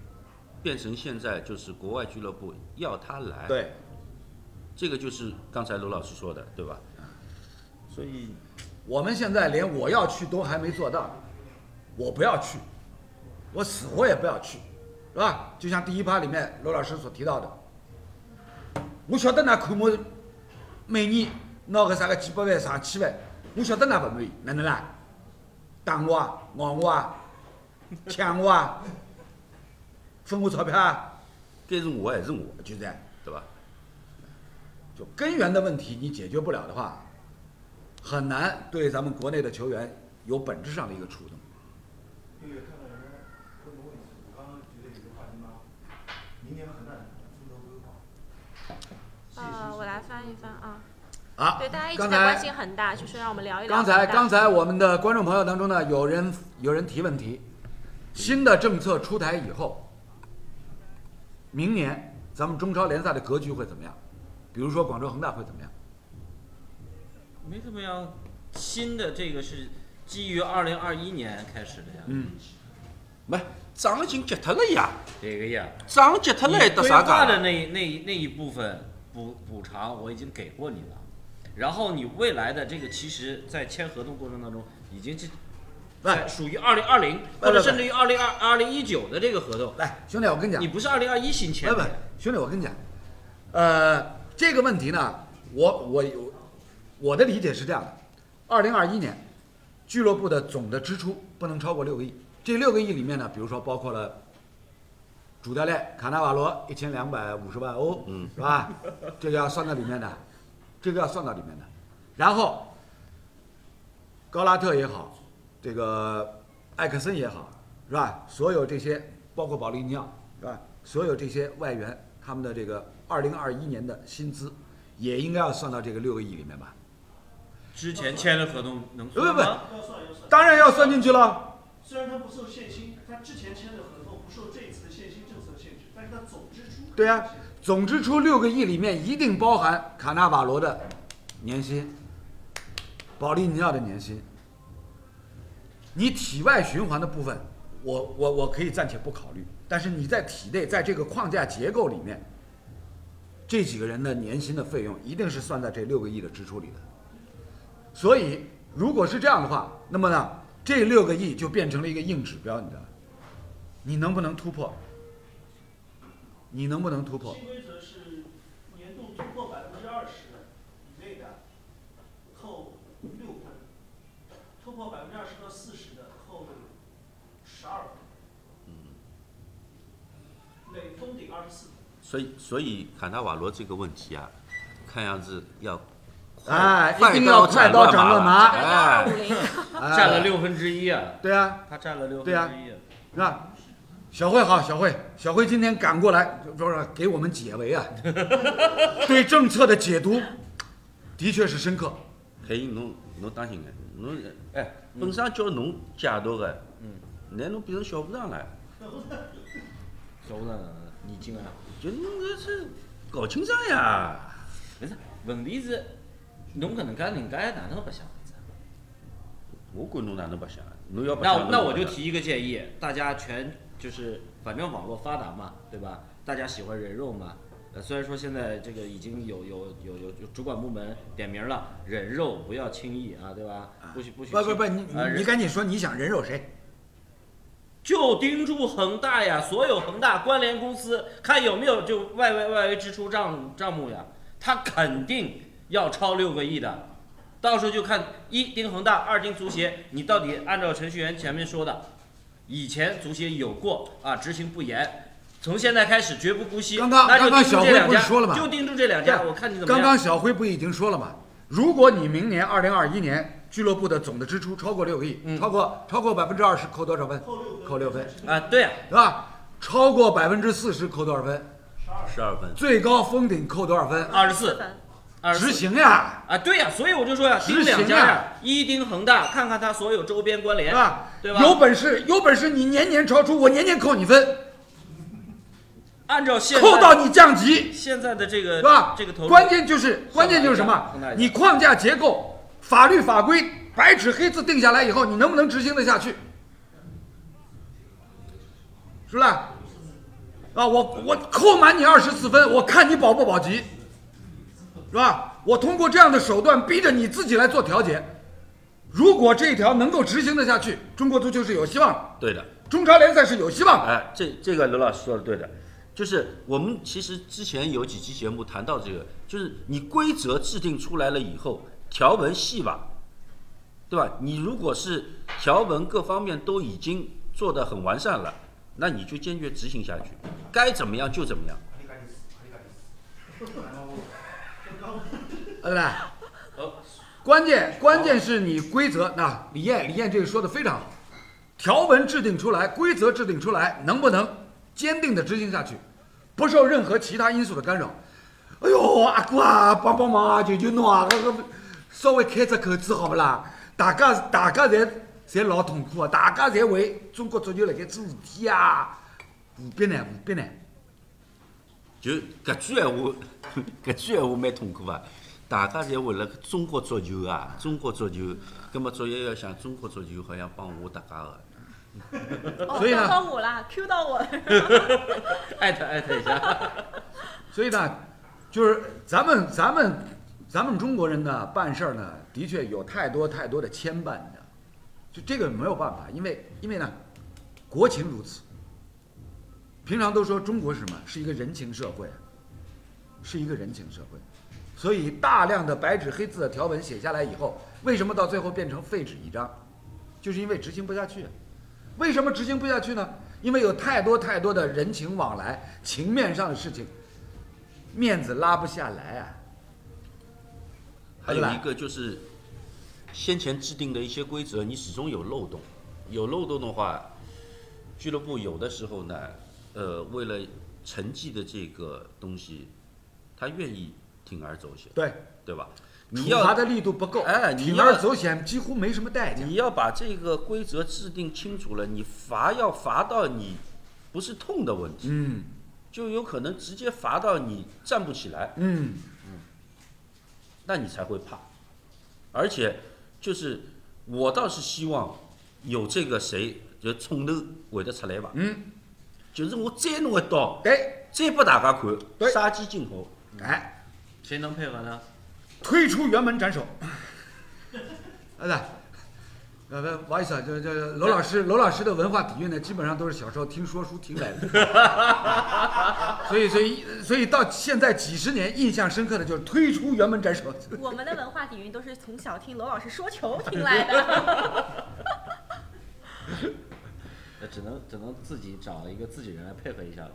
变成现在就是国外俱乐部要他来，，对，这个就是刚才罗老师说的，对吧？所以我们现在连我要去都还没做到，我不要去，我死活也不要去，是吧？就像第一趴里面罗老师所提到的，我晓得㑚看我每年拿个啥个几百万、上千万，我晓得㑚不满意，哪能啦？打我啊，咬我啊，抢我啊，分我钞票啊，该是我还是我，就这样。对吧？就根源的问题你解决不了的话，很难对咱们国内的球员有本质上的一个触动。那个看到有人问个问题，我刚刚觉得有个话题蛮好，明年恒大风格规划，呃，我来翻一翻啊。啊，对，大家一直刚在关才心恒大，就是让我们聊一聊刚恒才大。刚才我们的观众朋友当中呢，有人有人提问题，新的政策出台以后，明年咱们中超联赛的格局会怎么样？比如说广州恒大会怎么样？没怎么样，新的这个是基于二零二一年开始的呀，嗯，没账已经结脱了呀，这个 呀，账结脱了还你得规啥划讲的啊？那一那一那一部分补补偿我已经给过你了，然后你未来的这个其实，在签合同过程当中已经是。啊在属于二零二零不或者不甚至于二零二二零一九的这个合同，来，兄弟，我跟你讲你，不是二零二一新签不不的，，兄弟，我跟你讲，呃，这个问题呢，我我有我的理解是这样的：二零二一年俱乐部的总的支出不能超过六个亿，这六个亿里面呢，比如说包括了主教练卡纳瓦罗一千两百五十万欧，嗯，是吧？这个要算到里面的，这个要算到里面的。然后高拉特也好，这个艾克森也好，是吧？所有这些，包括保利尼奥，是吧？所有这些外援，他们的这个二零二一年的薪资，也应该要算到这个六个亿里面吧？之前签的合同能不算不吗？要算要算。当然要算进去了。虽然他不受限薪，他之前签的合同不受这一次的限薪政策限制，但是他总支出对啊呀、总支出六个亿里面一定包含卡纳瓦罗的年薪，保利尼奥的年薪。你体外循环的部分，我我我可以暂且不考虑，但是你在体内，在这个框架结构里面，这几个人的年薪的费用一定是算在这六个亿的支出里的。所以，如果是这样的话，那么呢，这六个亿就变成了一个硬指标，你知道吗？你能不能突破？你能不能突破？新规则是年度突破百分之二十以内的扣六分，突破百分之二十到四十的扣十二分，每封顶二十四分。所以所以卡纳瓦罗这个问题啊，看样子要快哎一定要刀快斩刀乱斩乱麻麻了二哎 五。零，哎占了。六分之一啊，对啊，他占了六分对啊之一啊。是吧？小慧好，小慧，小慧今天赶过来，不是给我们解围 啊，对政策的解读的确是深刻。海英，侬侬当心眼，侬哎，本身叫侬解读个，嗯，难侬变成小和尚了？小吴呢？你进来啊。就侬这是搞清爽呀！不是，问题是，侬搿能介人家还哪能白相法子啊？我管侬哪能白啊相，侬要白相那那侬我白就相提一个建议，大家全就是反正网络发达嘛，对吧？大家喜欢人肉嘛。呃，虽然说现在这个已经有有有有有主管部门点名了，人肉不要轻易啊，对吧？不许不许轻。不不不，你啊你你人赶紧说你想人肉谁？就盯住恒大呀，所有恒大关联公司看有没有就外围外围支出账账目呀，他肯定要超六个亿的，到时候就看一盯恒大，二盯足协，你到底按照程序员前面说的，以前足协有过啊执行不严，从现在开始绝不姑息，刚刚那就刚刚盯住小这辉两不是家，说了吗就盯住这两家，对我看你怎么刚样。刚小辉不已经说了吗？如果你明年二零二一年俱乐部的总的支出超过六个亿，嗯超过超过百分之二十扣多少分？扣六分，啊，对呀、是吧？超过百分之四十扣多少分？十二分，最高封顶扣多少分？二十四，分。二十四执行呀。啊，对呀、所以我就说呀、执盯两行家啊呀、一盯恒大，看看它所有周边关联是吧？对吧有本事，有本事你年年超出，我年年扣你分，按照现在扣到你降级，现在的这个是吧？这个投入，关键就是关键就是什上么哪一家上哪一？家你框架结构、法律法规白纸黑字定下来以后，你能不能执行得下去？是不是？啊，我我扣满你二十四分，我看你保不保级，是吧？我通过这样的手段逼着你自己来做调节。如果这一条能够执行得下去，中国足球是有希望的。对的。中超联赛是有希望的。哎，这这个刘老师说的对的，就是我们其实之前有几期节目谈到这个，就是你规则制定出来了以后，条文细吧，对吧？你如果是条文各方面都已经做得很完善了，那你就坚决执行下去，该怎么样就怎么样。阿里嘎里斯，阿里嘎里斯，然后对不对？呃，关键关键是你规则，那、李艳李艳这个说的非常好，条文制定出来，规则制定出来，能不能坚定的执行下去，不受任何其他因素的干扰？哎呦，阿哥啊，帮帮忙啊，求求侬啊，我我稍微开只口子好不啦？大家大家侪侪老痛苦啊，大家侪为中国足球辣盖做事体啊，何必呢？何必呢？就搿句闲话， 搿句闲话蛮痛苦啊！大家侪为了中国足球啊，中国足球，葛末作业要想中国足球，好像帮我大家个，哦，所以呢到我了，Q 到我了。 艾特艾特一下，所以呢，就是咱们咱们咱们中国人呢办事儿呢，的确有太多太多的牵绊的，就这个没有办法，因为因为呢，国情如此。平常都说中国是什么？是一个人情社会，啊是一个人情社会，所以大量的白纸黑字的条文写下来以后，为什么到最后变成废纸一张？就是因为执行不下去。啊为什么执行不下去呢？因为有太多太多的人情往来、情面上的事情，面子拉不下来啊。 还有一个就是先前制定的一些规则，你始终有漏洞，有漏洞的话，俱乐部有的时候呢，呃，为了成绩的这个东西，他愿意铤而走险，对，对吧？你处罚要的力度不够，哎你铤要而走险几乎没什么代价。你要把这个规则制定清楚了，你罚要罚到你不是痛的问题，嗯就有可能直接罚到你站不起来，嗯，那你才会怕。而且，就是我倒是希望有这个谁就冲头会得出来伐？嗯，就是我再弄一刀，对，再拨大家对看，杀鸡儆猴。哎，谁能配合呢？推出辕门斩首。哎对，呃，不不好意思啊，这这娄老师，娄老师的文化底蕴呢，基本上都是小时候听说书听来的， 所以所以所以到现在几十年印象深刻的就是推出辕门斩首。我们的文化底蕴都是从小听娄老师说球听来的。那呃只能只能自己找一个自己人来配合一下了。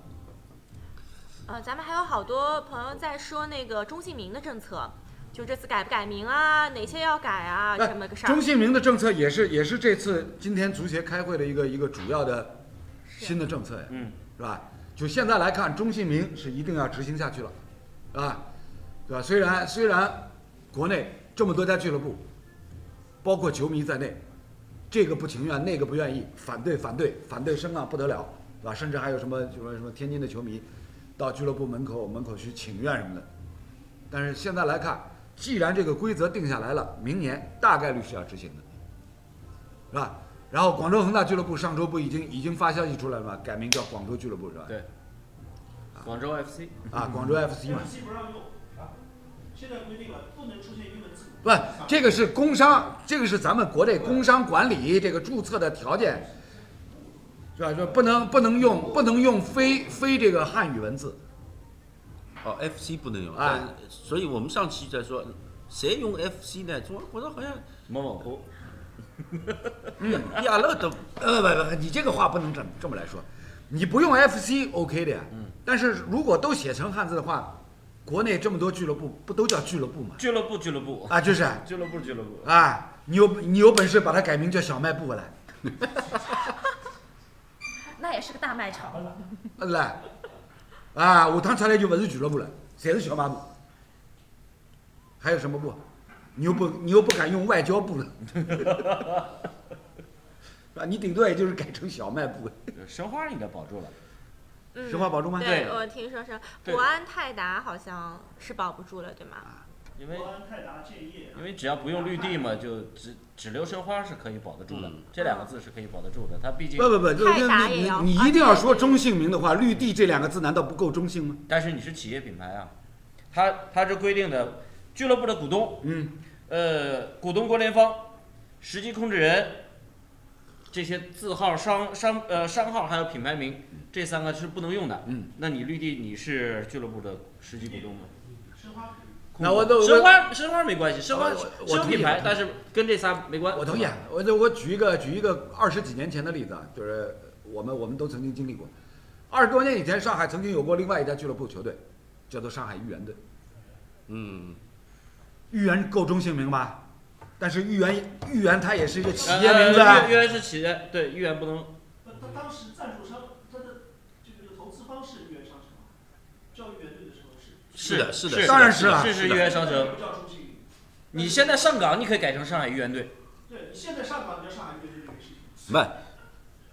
呃，咱们还有好多朋友在说那个中性名的政策，就这次改不改名啊，哪些要改啊，哎这么个事中儿。信明的政策也是也是这次今天足协开会的一个一个主要的新的政策呀，嗯，是吧？就现在来看，中信明是一定要执行下去了，啊，对吧？虽然虽然国内这么多家俱乐部，包括球迷在内，这个不情愿，那个不愿意，反对反对反对声浪不得了，对吧？甚至还有什么就说什么天津的球迷到俱乐部门口门口去请愿什么的，但是现在来看，既然这个规则定下来了，明年大概率是要执行的，是吧？然后广州恒大俱乐部上周不已经已经发消息出来了吗？改名叫广州俱乐部是吧？对，广州 FC 啊，广州 FC 嘛， FC 不让用啊，现在规定了不能出现英文字母。不，这个是工商，这个是咱们国内工商管理这个注册的条件，是吧？说不能不能用不能用非非这个汉语文字，哦，FC 不能用，哎但所以我们上期在说，谁用 FC 呢？中国觉得好像某某哦湖，嗯亚亚乐都呃，不不，你这个话不能这么这么来说，你不用 FC OK 的呀。嗯但是如果都写成汉字的话，国内这么多俱乐部不都叫俱乐部吗？俱乐部俱乐部啊，就是 俱乐部俱乐部，啊，你有你有本事把它改名叫小卖部来，那也是个大卖场。来，啊，下趟出来就不是俱乐部了，全是小卖部。还有什么部？你又不你又不敢用外交 部了，是吧？你顶多也就是改成小卖部，嗯呃申花应该保住了。嗯，实话保住吗？对，对我听说是对国安泰达好像是保不住了，对吗？因为国安泰达建业因为只要不用绿地嘛，就只只留申花是可以保得住的嗯，这两个字是可以保得住的。它毕竟不，不不，就泰达你也要你啊一定要对说对中性名的话，绿地这两个字难道不够中性吗？但是你是企业品牌啊，它它是规定的，俱乐部的股东，嗯，呃，股东关联方、实际控制人，这些字号、商商呃商号还有品牌名，这三个是不能用的。嗯，那你绿地你是俱乐部的实际股东吗？申花那我都申花申花没关系，申花我是我是有同意品我牌同，意但是跟这仨没关。我同意啊，我就我举一个举一个二十几年前的例子啊，就是我们我们都曾经经历过。二十多年以前，上海曾经有过另外一家俱乐部球队，叫做上海豫园队。嗯，豫园够中性名吧？但是豫园豫园它也是一个企呃业名字呃啊豫。豫园是企业，对，豫园不能那他当时赞助商他的这个投资方是豫园商城吗，教育园队的时候是。是的，是是的，当然是是了的是是是的豫园商城。叫朱庆云你现在上港，你可以改成上海豫园队。对，你现在上港叫上海豫园队也是。不，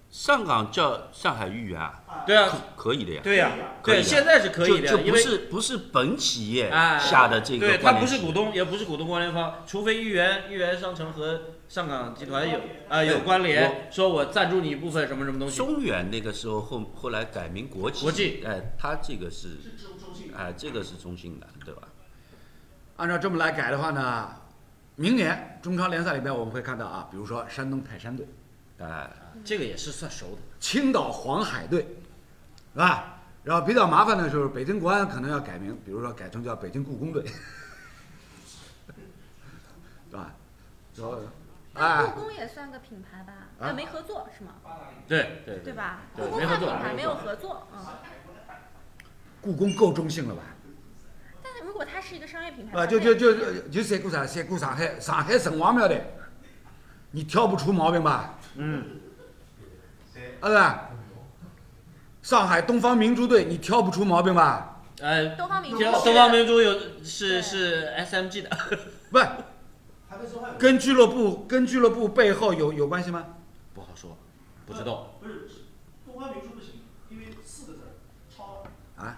上港叫上海豫园啊，对啊，可以的呀。对呀、可以啊对，的现在是可以的就呀，就因不为是不是本企业哎下的这个对，它关联企业，不是股东，也不是股东关联方，除非豫园豫园商城和上港集团有啊、有关联，说我赞助你一部分什么什么东西。中远那个时候后后来改名国际，国际哎，它这个是是中中信。哎这个是中性的，对吧？按照这么来改的话呢，明年中超联赛里边我们会看到啊，比如说山东泰山队、哎，这个也是算熟的。青岛黄海队，是吧？然后比较麻烦的就是北京国安可能要改名，比如说改成叫北京故宫队，对吧？然后，但哎故，宫也算个品牌吧？啊呃，没合作是吗？对对对吧？对故宫没合算作品牌，没合作没有合作，嗯。故宫够中性了吧？但是如果它是一个商业品牌，啊，它就那就就就就三顾上三顾上海上海城隍庙的，你挑不出毛病吧？嗯，啊，对吧？上海东方明珠队，你挑不出毛病吧？呃，东方明珠这是，东方明珠有嗯对是是 SMG 的，不，还没说话有跟俱乐部跟俱乐部背后有有关系吗？不好说， 不知道。不是，东方明珠不行，因为四个字儿，超啊，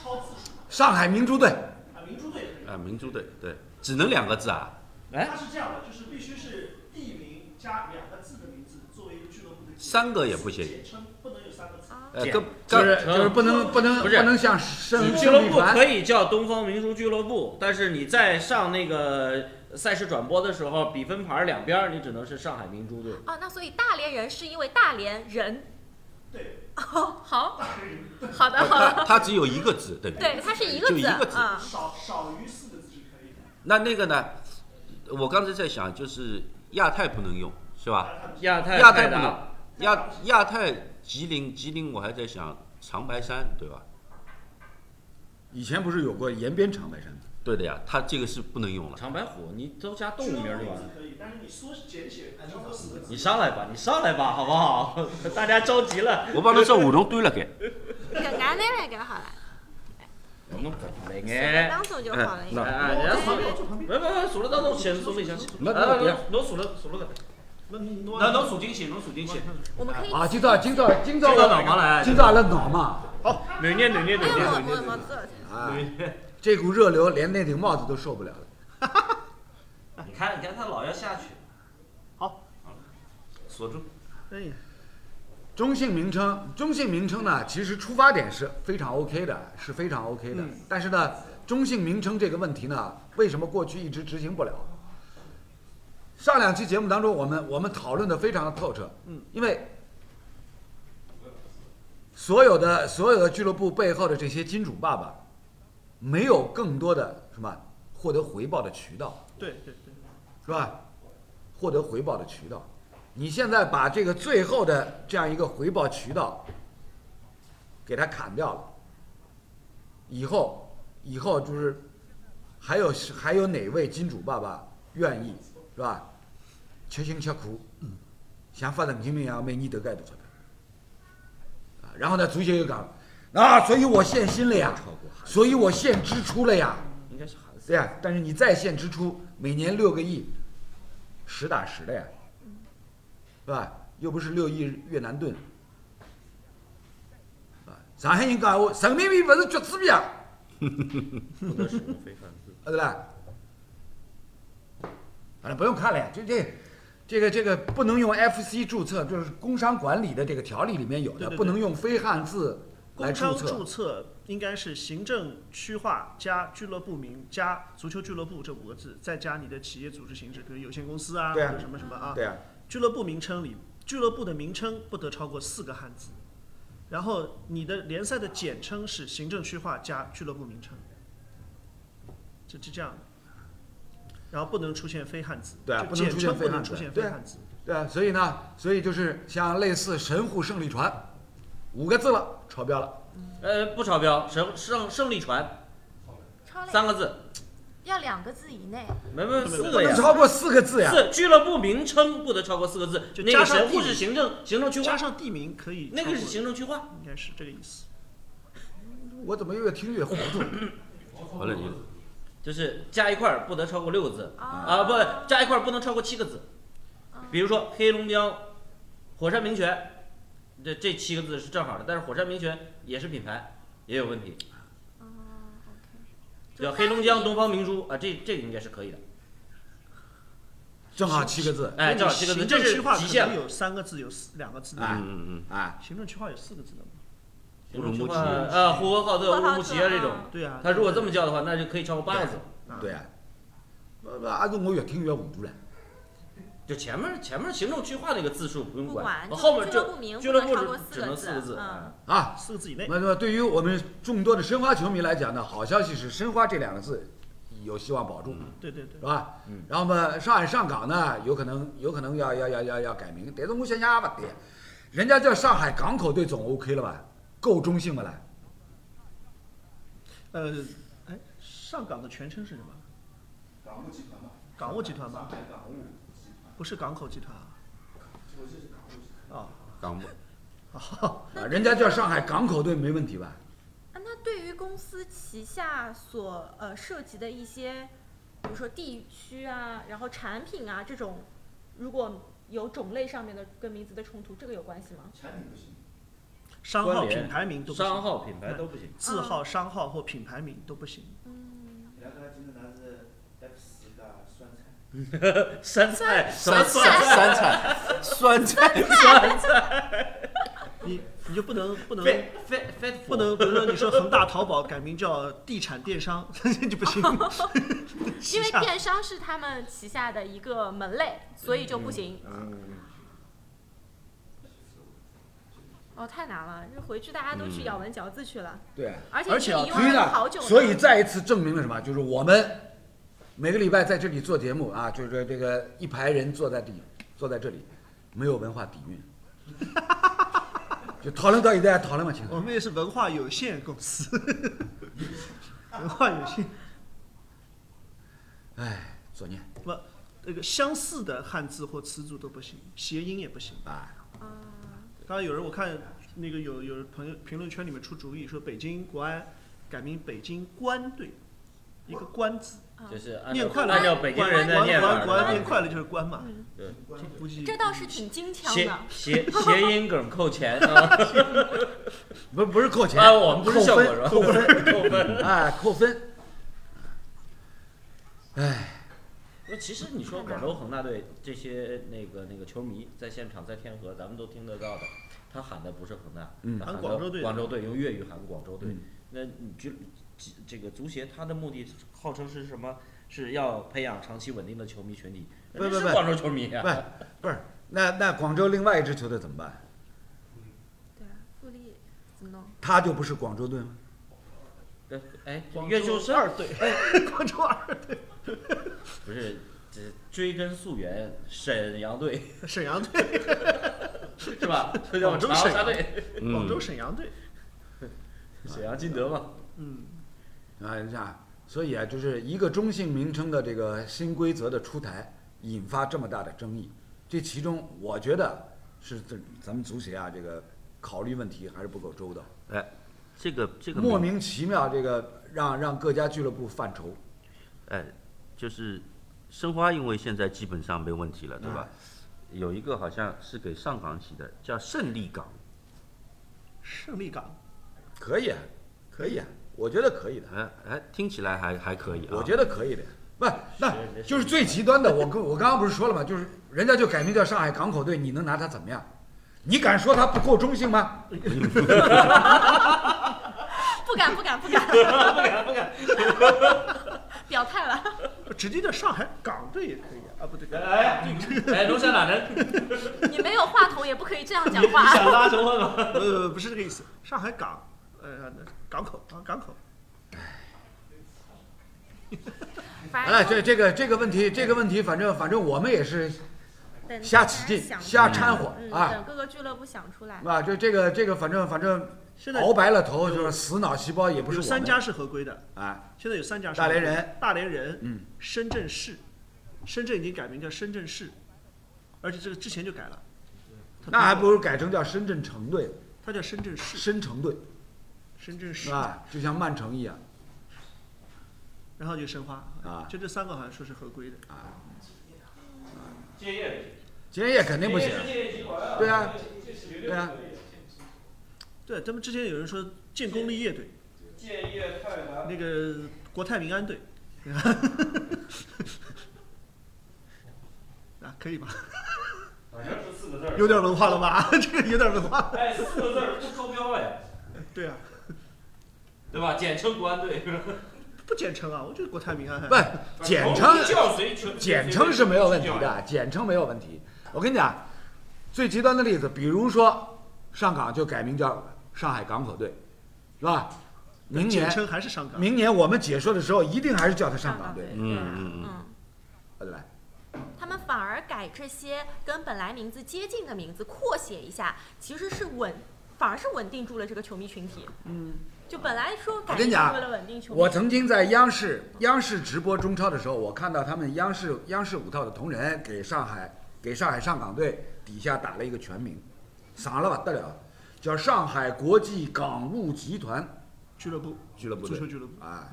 超字数上海明珠队，啊，明珠队也可以。啊，明珠队对，只能两个字啊。哎，它是这样的，就是必须是地名加两个字的名字作为俱乐部的三个也不行简称不能有三个字。啊，呃，这跟就跟是就是不能不能不是能像申俱乐部可以以叫东方明珠俱乐部，但是你在上那个赛事转播的时候，比分牌两边儿你只能是上海明珠队。哦，那所以大连人是因为大连人。对，哦，好，大连人好的，好的。呃 它它只有一个字，对不对？对，它是一就一个字啊。少少于四个字是可以的。那那个呢？我刚才在想，就是亚太不能用，是吧？亚太亚泰太不达能，亚亚太吉林吉林，我还在想长白山，对吧？以前不是有过延边长白山吗？对的呀，它这个是不能用了。长白虎，你都加动俱物乐名儿部就名完字了。可以，但是你缩简写超过四个字。你上来吧，你上来吧，好不好？大家着急了。我帮侬说，我侬对了该。搿眼拿来搿好了，侬搿来随眼，当中就好了。应该哎哎，人家数，坐旁边。没没没，数了当中先数了一下，没没哎别侬侬数了数了个，那那那侬数进去，侬数进去。我们可以。啊，今朝今朝今朝今朝闹嘛来今朝阿拉闹嘛，哪年哪年哎哪年呀，哪我我年我哪做。啊，年？这股热流连那顶帽子都受不了了。你看你看他老要下去。好，锁住。可以。中性名称，中性名称呢，其实出发点是非常 OK 的，是非常 OK 的。但是呢，中性名称这个问题呢，为什么过去一直执行不了？上两期节目当中，我们我们讨论的非常的透彻。嗯，因为所有的所有的俱乐部背后的这些金主爸爸，没有更多的什么获得回报的渠道。对对对。是吧？获得回报的渠道，你现在把这个最后的这样一个回报渠道给它砍掉了，以后以后就是还有还有哪位金主爸爸愿意是吧？吃辛吃苦，像发神经病一样每年都盖多少票啊？然后呢，足协又讲啊，所以我限薪了呀，所以我限支出了呀。应该是韩哎对呀、但是你在线支出每年六个亿，实打实的呀，是吧？又不是六亿越南盾，啊，上海人讲话，人民币不是橘子币啊，不得使用非凡字。啊对吧？反正不用看了呀，就这，这个这个不能用 FC 注册，就是工商管理的这个条例里面有的，对对对不能用非汉字来工注商册。注册应该是行政区划加俱乐部名加足球俱乐部这五个字，再加你的企业组织形式，比如有限公司啊，对啊或者什么什么啊。对呀、俱乐部名称里，俱乐部的名称不得超过四个汉字，然后你的联赛的简称是行政区划加俱乐部名称，这是这样的。然后不能出现非汉字，对啊就不能简啊出现称非汉不能字出现对非啊汉字，对，所以呢，所以就是像类似“神户胜利船”五个字了，超标了。呃，不超标，胜胜胜利船超累，三个字，要两个字以内。没没四不个能呀。超过四个字呀。是俱乐部名称不得超过四个字，就那加个上神地户址是行政行政区加划，上地名可以超那过，个是行政区划。应该是这个意思。我怎么越听越糊涂？好了，你嗯就是加一块儿不得超过六个字啊啊，不加一块儿不能超过七个字。比如说黑龙江火山名泉，这这七个字是正好的，但是火山名泉也是品牌，也有问题。嗯，OK 叫黑龙江东方明珠啊，这这个应该是可以的。正好七个字。哎，正好七个字，行这政是区划极可限能了有三个字，有四两个字的。哎嗯嗯啊。行政区划有四个字的嘛？行政区乌鲁木划齐啊，呼和浩特、乌呼和鲁浩木特齐啊这种，啊对啊。它如果这么叫的话，那就可以超过八个字。对呀、啊，阿公我越听越糊涂了。就前面前面行政区划那个字数不用不管，管就后面俱就乐部名不俱乐能部超过只四只个能字四个字。嗯啊啊，四个字以内。那么对于我们众多的申花球迷来讲呢，好消息是申花这两个字有希望保住，对对对是。吧？然后嘛，上海上港呢，有可能有可能要要要要要改名，但是我想想吧，对，人家叫上海港口队总 OK 了吧？够中性的了。呃，哎，上港的全称是什么？港务集团嘛，港务集团上吧？海港务集团，不是港口集团啊。这个是港务集团。哦，港务啊，人家叫上海港口队没问题吧？啊，那对于公司旗下所呃涉及的一些，比如说地区啊，然后产品啊这种，如果有种类上面的跟名字的冲突，这个有关系吗？产品不行，商号、关联品牌名都不商哦行，号品牌都不行。字号、商号或品牌名都不行。嗯，人家今天拿是 F 十的酸菜，酸酸菜，什么酸菜，酸菜，酸菜，哦你你就不能 不能非非非不能，比如说你说恒大淘宝改名叫地产电商， 这就不 行。因为电商是他们旗下的一个门类，所以就不行。哦，太难了，这回去大家都去咬文嚼字去了，对。而且而且这啊里用所以了呢好久，呢。所以再一次证明了什么？就是我们每个礼拜在这里做节目啊，就是说这个一排人坐在底，坐在这里，没有文化底蕴，就讨论到现在讨论不清我楚。们也是文化有限公 司， 文化有限。嗯哎，作孽不，那个相似的汉字或词组都不行，谐音也不行。啊！当然，有人我看那个有有朋友评论圈里面出主意说北京国安改名北京关队，一个关字，就是按照念快乐，按照北京人的念法国安儿念快乐就是关嘛。对这估计这倒是挺精巧谐的。谐谐音梗扣钱啊！不不是扣钱，啊，我们不是效扣果分是吧？扣分扣分。啊，扣分。那其实你说广州恒大队这些那个那个球迷在现场在天河，咱们都听得到的，他喊的不是恒大，嗯他喊喊的广州队广州队用粤语喊广州队嗯。那你就这个足协，它的目的号称是什么？是要培养长期稳定的球迷群体。不人家不是不广州球迷啊！不不是，那那广州另外一支球队怎么办？对啊，富力怎么弄？他就不是广州队吗？对，哎，广越州秀二二队，广州二队，不是这追根溯源，沈阳队沈阳队， 是吧？广州长沈沙队，广州沈阳队，沈阳金德嘛。嗯，啊，你看，所以啊，就是一个中性名称的这个新规则的出台，引发这么大的争议。这其中，我觉得是这咱们足协啊，这个考虑问题还是不够周到，哎，这个这个莫名名其妙这个让让各家俱乐部犯愁。哎，就是申花，因为现在基本上没问题了，对吧？有一个好像是给上港起的，叫胜利港。胜利港，可以，啊，可以，啊，我觉得可以的，哎哎，听起来还还可以啊。我觉得可以的。不，那是是就是最极端的。我跟我刚刚不是说了吗？就是人家就改名叫上海港口队，你能拿他怎么样？你敢说他不够中性吗？不敢，不 敢，不敢，表态了。直接叫上海港队也可以啊，啊不对，哎哎，龙山哪人？你没有话筒也不可以这样讲你话。 想拉仇恨吗？呃不是这个意思，上海港，呃港口啊港口，反哎，正这这个这个问题，这个问题，反正反正我们也是，等瞎大起家劲嗯想出瞎来掺和嗯啊等各个俱乐部想出来。啊，就这个这个，反正反正现在熬白了头，就是死脑细胞也哦不是有我三们家是合规的，啊，现在有三家是大连合规的人、大连人、嗯，深圳市，深圳已经改名叫深圳市，而且这个之前就改了，它那还不如改成叫深圳城队、它叫深圳市，深城队深圳市，啊，就像曼城一样然后就申花啊就这三个好像说是合规的，啊。建业建业肯定不行，对啊，对啊，对，他们之前有人说建功立业队，建业泰南那个国泰民安队， 啊，可以吧？反正是四个字儿， 有点文化了吧？ 这个有点文化，哎，四个字儿不招标哎，对啊，对吧？简称国安队，不简称啊，我觉得国泰民安还不简称叫谁全简称是没有问题的，简称没有问题。我跟你讲，最极端的例子，比如说上港就改名叫上海港口队，是吧？明简年称还是上港，明年我们解说的时候，一定还是叫它上港港队，队，对嗯对啊嗯嗯嗯，吧？他们反而改这些跟本来名字接近的名字，扩写一下，其实是稳，反而是稳定住了这个球迷群体。嗯，就本来说改我跟你名讲是为了稳定球迷，我曾经在央视央视直播中超的时候，我看到他们央视央视五套的同仁给上海给上海上港队底下打了一个全名，傻了吧得了，叫上海国际港务集团俱乐部，俱乐部足队球俱乐部，啊，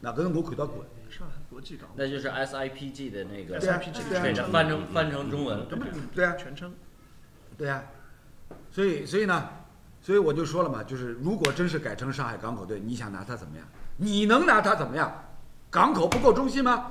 那跟我看到过，上海国际港那就是 SIPG 的那个对啊对啊给它翻成翻成中文，对啊全称，对呀、所以所以呢，所以我就说了嘛，就是如果真是改成上海港口队，你想拿他怎么样？你能拿他怎么样？港口不够中心吗？